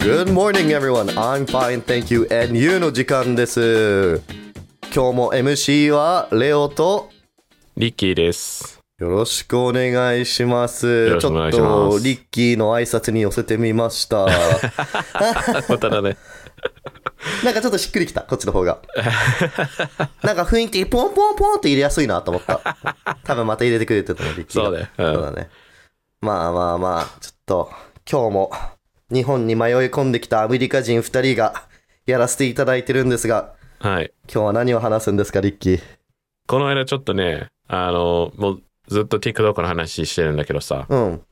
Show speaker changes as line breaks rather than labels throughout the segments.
Good morning, everyone. I'm fine, thank you. And you の時間です。今日も MC はレオと
リッキーです。
よろしくお願いします。
よろしくお願いし
ち
ます
ょっとリッキーの挨拶に寄せてみま した。
また だね。
なんかちょっとしっくりきた、こっちの方 が。なんか雰囲気ポンポンポンって入れやすいなと思った。多分また入れてくれてると思う、リッキーが
そうだよ。う。
そうんだね。まあまあまあ、ちょっと、今日も日本に迷い込んできたアメリカ人2人がやらせていただいてるんですが、
はい。
今日は何を話すんですか、リッキー。
この間ちょっとね、あの、もうずっと TikTok の話してるんだけどさ、
うん。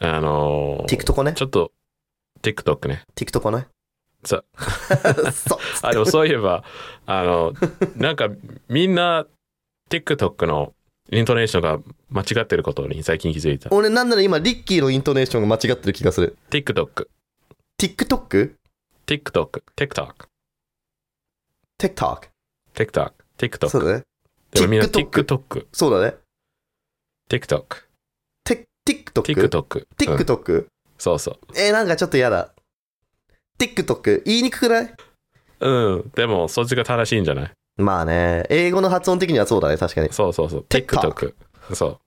あの、
TikTok ね
ち。ょっと、TikTok ね。
TikTok ね。。
そう
そう。
あ、でもそうい えば、あの、なんかみんな TikTok のイントネーションが間違ってることに最近気づいた。
俺なんなら今、リッキーのイントネーションが間違ってる気がする。
TikTok、
TikTok?
TikTok、TikTok、
TikTok?
TikTok、
そ
TikTok。
うだね。
でもみんな
TikTok
TikTok、
そうだね。
TikTok、
テ TikTok?
TikTok。うん
TikTok?
そうそう。
えー、なんかちょっと嫌だ。TikTok? 言いにくくない
うん。でも、そっちが正しいんじゃない
まあね、英語の発音的にはそうだね、確かに。
そうそうそう。
TikTok
TikTok。そ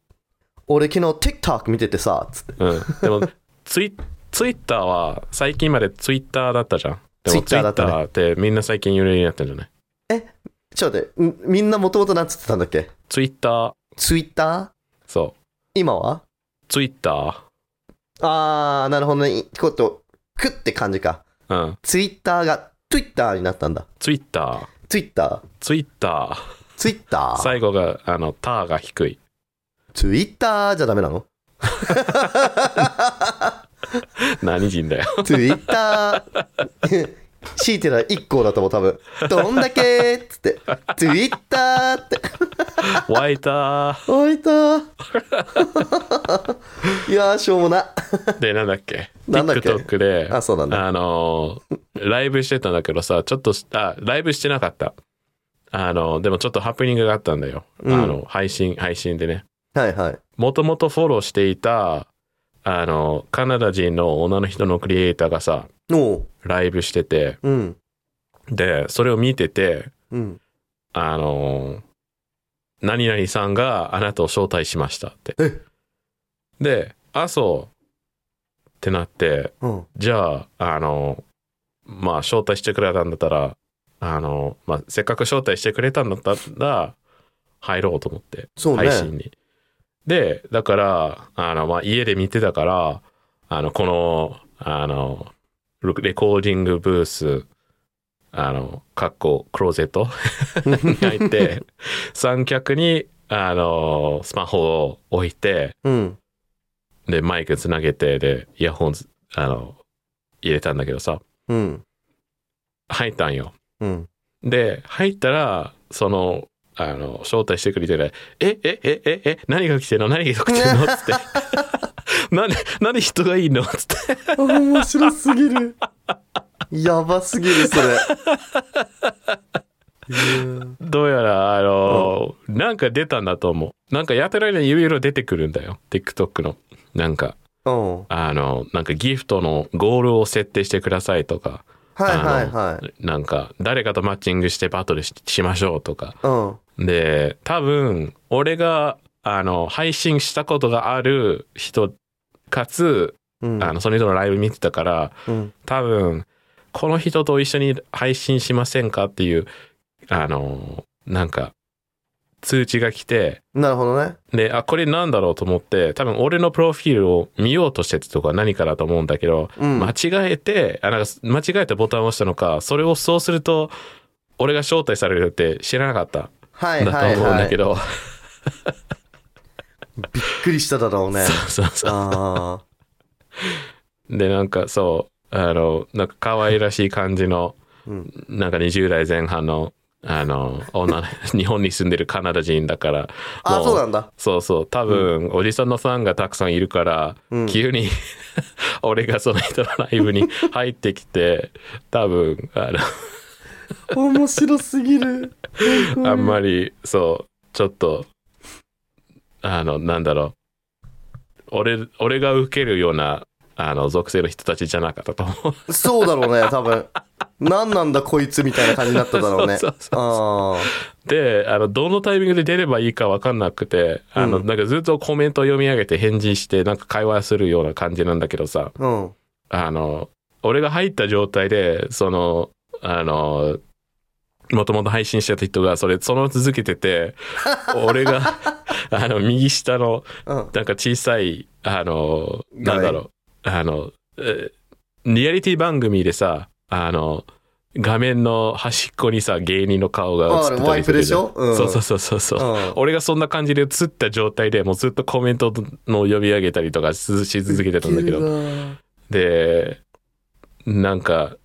俺昨日 TikTok 見ててさ、つって
う。うん。でも、ツイツイッターは、最近までツイッターだったじゃん。でも、ツイ
Twitter だ
ッ
っ
タ
たね
ーってみんな最近有名になってるんじゃない
ちょっと待って、んみんなもともとなんつってたんだっけ
ツイッター、
?Twitter?
そう。
今は
ツイッタ
あー、なるほどね。こうと、くって感じか。
ー、うん。
Twitter が Twitter になったんだ。
ツイッター、
Twitter?
ツイッター。
Twitter?
最後が、あの、ターが低い。
Twitter じゃダメなの
何人 だよ。
Twitter 強いてら1個だと思う多分どんだけっつって Twitter って
湧いたー。
開いたー いやーしょうもな
で、なんだっけ
なんだっけ
?TikTok で、
あそうなんだ
あのーライブしてたんだけどさ、ちょっとし、あ、ライブしてなかった。あの、でもちょっとハプニングがあったんだよ。
うん
あの、配信、配信でね。
はいはい
もともとフォローしていた、あの、カナダ人の女の人のクリエイターがさ、
おう
ライブしてて、
うん
で、それを見てて、
うん
あの、何々さんがあなたを招待しましたって
え。
で、あ、そう。ってなって、
うん
じゃあ、あの、まあ、招待してくれたんだったら、あの、まあ、せっかく招待してくれたんだったら、入ろうと思って、
そうね
配信に。で、だから、あの、まあ、家で見てたから、あの、この、あの、レレコーディングブース、あの、かっこ、クローゼ ットに入って、三脚に、あの、スマホを置いて、
うん
で、マイクつなげて、で、イヤホン、あの、入れたんだけどさ、
うん
入ったんよ。
うん
で、入ったら、その、あの、招待してくれてね、え、え、え、え、え、何が来てんの何が来てんのつって。なんで、なんで人がいいのつって。
面白すぎるやばすぎるそれいやー
どうやら、あの、なんか出たんだと思う。なんかやたらにいろいろ出てくるんだよ。TikTok の。なんか、
うん
あの、なんかギフトのゴールを設定してくださいとか、
はいはいはい
なんか、誰かとマッチングしてバトルししましょうとか。
うん
で、多分、俺が、あの、配信したことがある人、かつ、
うん
あの、その人のライブ見てたから、
うん
多分、この人と一緒に配信しませんかっていう、あの、なんか、通知が来て、
なるほどね
で、あ、これなんだろうと思って、多分俺のプロフィールを見ようとしてたとか何かだと思うんだけど、
うん
間違えて、あ、なんか、間違えてボタンを押したのか、それをそうすると、俺が招待されるって知らなかった。
はいは
だ
い
と思うん
はい
だ
び
け
っ
ど、
くりしただろうね
そうそうそ
あ
う。で、なんかそう、あの、なんか可愛らしい感じの、
ーうん
なんか20代前半の、あの、女の、 日本に住んでるカナダ人だから、
あ
もう
そうなんだ
そうそう、多分、おじさんのファンがたくさんいるから、
うん
急に、 俺がその人のライブに入ってきて、多分、あ
面白すぎる
の、あんまり、そう、ちょっと、あの、なんだろう、俺、俺が受けるような、あの、属性の人たちじゃなかったと思う。
そうだろうね、多分。何なんだこいつみたいな感じになっただろうね。
そうそう
あ
で、あの、どのタイミングで出ればいいかわかんなくて、あの、
うん
なんかずっとコメント読み上げて返事して、なんか会話するような感じなんだけどさ、
あ。うん。
あの、俺が入った状態で、その、あの、もともと配信してた人が、それ、その続け てて、俺が、あの、右下の、
うん。
なんか小さい、あの、
画面
なんだろう、あの、えリアリティ番組でさ、あの、画面の端っこにさ、芸人の顔が映ってたりするじゃん。
あワイプでしょうん
そうそうそうそうそう。
うん
俺がそんな感じで映った状態でもうずっとコメントの読み上げたりとかしし続けてたんだけど。で、なんか、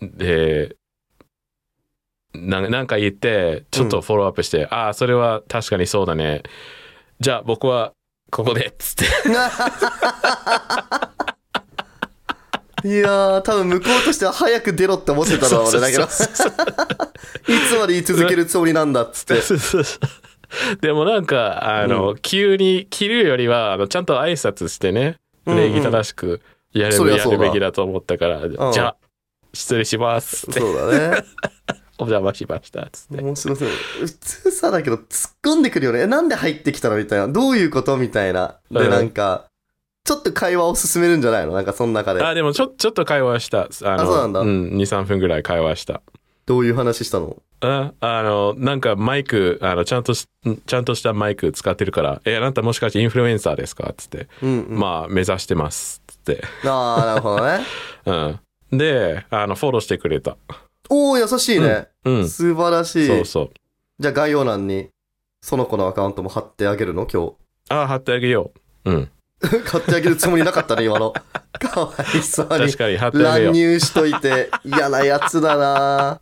で、なんなんか言って、ちょっとフォローアップして、ああ、それは確かにそうだね。じゃあ僕はここで、っつって。
いやー、多分向こうとしては早く出ろって思ってただろうね。だけど、い
そうそうそう
つまで言い続けるつもりなんだっつって。
そ うそうそうでもなんか、あの、急に切るよりは、あのちゃんと挨拶してね、
うんうん
礼儀正しくやる,、
そりゃ
や
そう
る
だ
べきだと思ったから、
ん
じゃあ、失礼し ますって、
そうだ ね。
お邪魔しました、つって。
面白そう。普通さ、だけど、突っ込んでくるよね。えなんで入ってきたのみたいな。どういうことみたいな。
う
で、
ん
なんか、ちょっと会話を進めるんじゃないのなんか、その中で。
あ、でもちょ、ちょっと会話した。あの
あそうなんだ
ん、2、3分ぐらい会話した。
どういう話したの
ああの、なんかマイク、あの、ちゃんとし、ちゃんとしたマイク使ってるから、え、あなたもしかしてインフルエンサーですかつって、
うん、うん。
まあ、目指してます。つって。
あー、なるほどね。
うん。で、あの、フォローしてくれた。
おー、優しいね。
うん。そ
素晴らしい。
うそう。
じゃあ、概要欄に、その子のアカウントも貼ってあげるの今日。
あ貼ってあげよう。うん。
買ってあげるつもりなかったね、今の。 かわいそうに
確。かに貼ってあげよ
乱
う。
入しといて、嫌なやつだな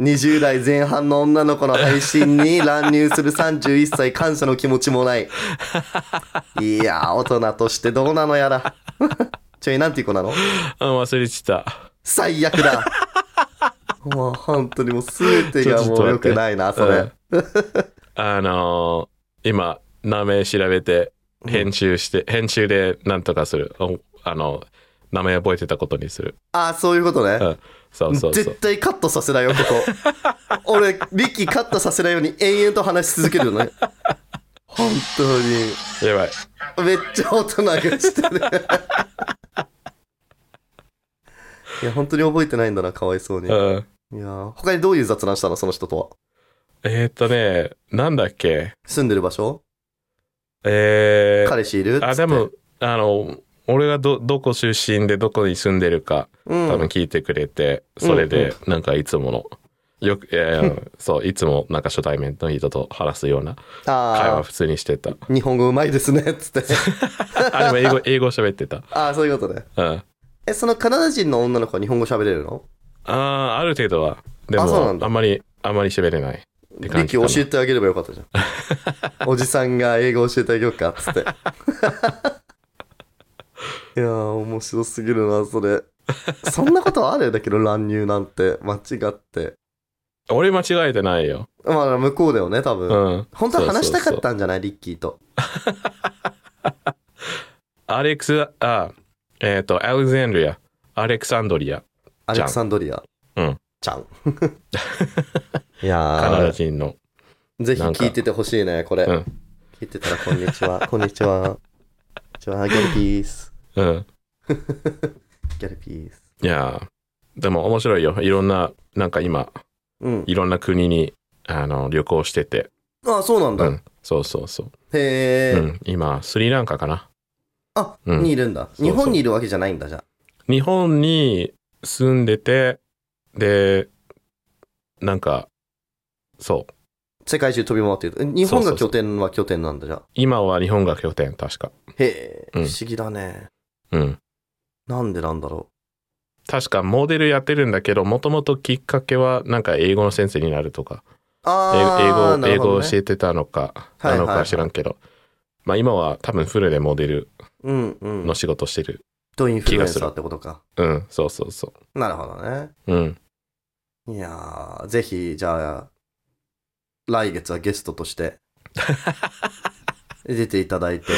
20代前半の女の子の配信に乱入する31歳感謝の気持ちもない。いやー、大人としてどうなのやら。ちょい、なんていう子なの
うん、忘れてた。
最悪だ。もう本当にもう全てが
ちょっ
も
と
う
待
良
って
くないな、それ。
あのー今、名前調べて、編集して、編集でなんとかする。おあの、名前覚えてたことにする。
あー、そういうことね。
うん。そうそうそう
絶。対カットさせないよ、ここ。俺、リキカットさせないように延々と話し続けるよね。本当
やばい。
に。めっちゃ大人げして る。いや、本当に覚えてないんだな、かわいそうに。いや
うん。
ー他にどういう雑談したの、その人とは。
えー、っとね、なんだっけ。
住んでる場所
えー、
彼氏いる
あ、
つって
でも、あの、俺がど、どこ出身でどこに住んでるか、
う
多分
ん。
聞いてくれて、それ
うん
で、なんかいつもの、よく、え ーそう、いつもなんか初対面の人と話すような会話
あ
を普通にしてた。
あ、日本語うまいですね、つ って。
あ、でも英語、英語喋ってた。
ああ、そういうことね。
うん。
え、そのカナダ人の女の子は日本語喋れるの
ああ、ある程度は。で
あそうな
も
ん、だ
あんまり、あんまり喋れない。って感
リ
じ
キ
か
教え
な
てあげればよかったじゃん。 おじさんが英語教えてあげようか、つって。いやー、面白すぎるな、それ。そんなことあるだけど、乱入なんて、間違って。
俺間違えてないよ。
まあ、向こうだよね、多分。
うん。
本当は
そうそう
話
そう
したかったんじゃないリッキーと。
アレックス、あ、えっ、と、アレクサンドリア。アレクサンドリア。
アレクサンドリア。
うん。
ちゃん。 い
カナダ
や
人の。
ー、ぜひ
なんか
聞いててほしいね、これ。
うん
聞いてたら、こんにちは。こんにちは。こんにちは、ギャルピー ス。
うん。
ギャルピース。
いやーでも面白いよ。いろんな、なんか今、
うん。
いろんな国に、あの、旅行してて。
ああ、そうなん
う
だ。
ん。そうそうそう。
へえ、
うん。今、スリランカかな。
あ、
うん
にいるんだ。
そう
日本にいるわけじゃないんだ、じゃあ。
日本に住んでて、で、なんか、そう。
世界中飛び回ってる。日本
そうそ
が
うそ
拠
う
点は拠点なんだ、じゃあ。
今は日本が拠点、確か。
へえ、
うん
不思議だね。
うん。
なんでなんだろ
確かモデルやってるんだけど、もともときっかけは、なんか英語の先生になるとか、
う。
え
ああ、
英語、
な
英
る
語
ほ
を
ど
教
ね、
えてたのか、
はいはいはい
なのか知らんけど、まあ今は多分フルでモデル
うんうん。
の仕事してる。
とインフルエン
気がす
サ
る
ーってことか。
うん、そうそうそ
なるほどね。
う。うん。
いやー、ぜひ、じゃあ、来月はゲストとして、 出ていただいて、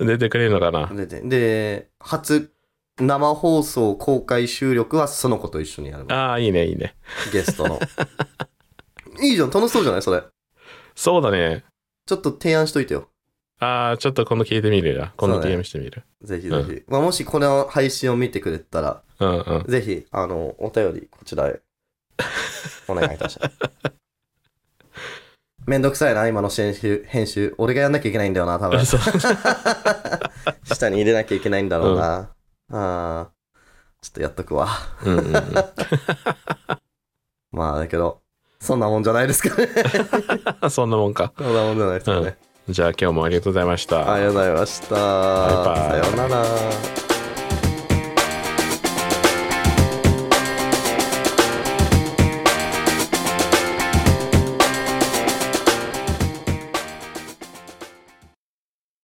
出てくれるのかな
出て、で、初生放送公開収録はその子と一緒にやる
ああ、いいね、いいね。
ゲストのいいじゃん楽しそうじゃないそれ
そうだね。
ちょっと提案しといてよ
ああ、ちょっと今度聞いてみるや。今度
そうだね
DM してみる。
ぜひぜひ、まあ、もしこの配信を見てくれたら
うんうん。
ぜひあのお便りこちらへお願いいたします めんどくさいな今の編集編集俺がやんなきゃいけないんだよな多 分
そう
下に入れなきゃいけないんだろうな、あーちょっとやっとくわ
うんうんうん。
まあだけどそんなもんじゃないですかね
そんなもんか。
そんなもんじゃないですかね、
じゃあ今日もありがとうございました。
ありがとうございました。
バイバイ
さようなら。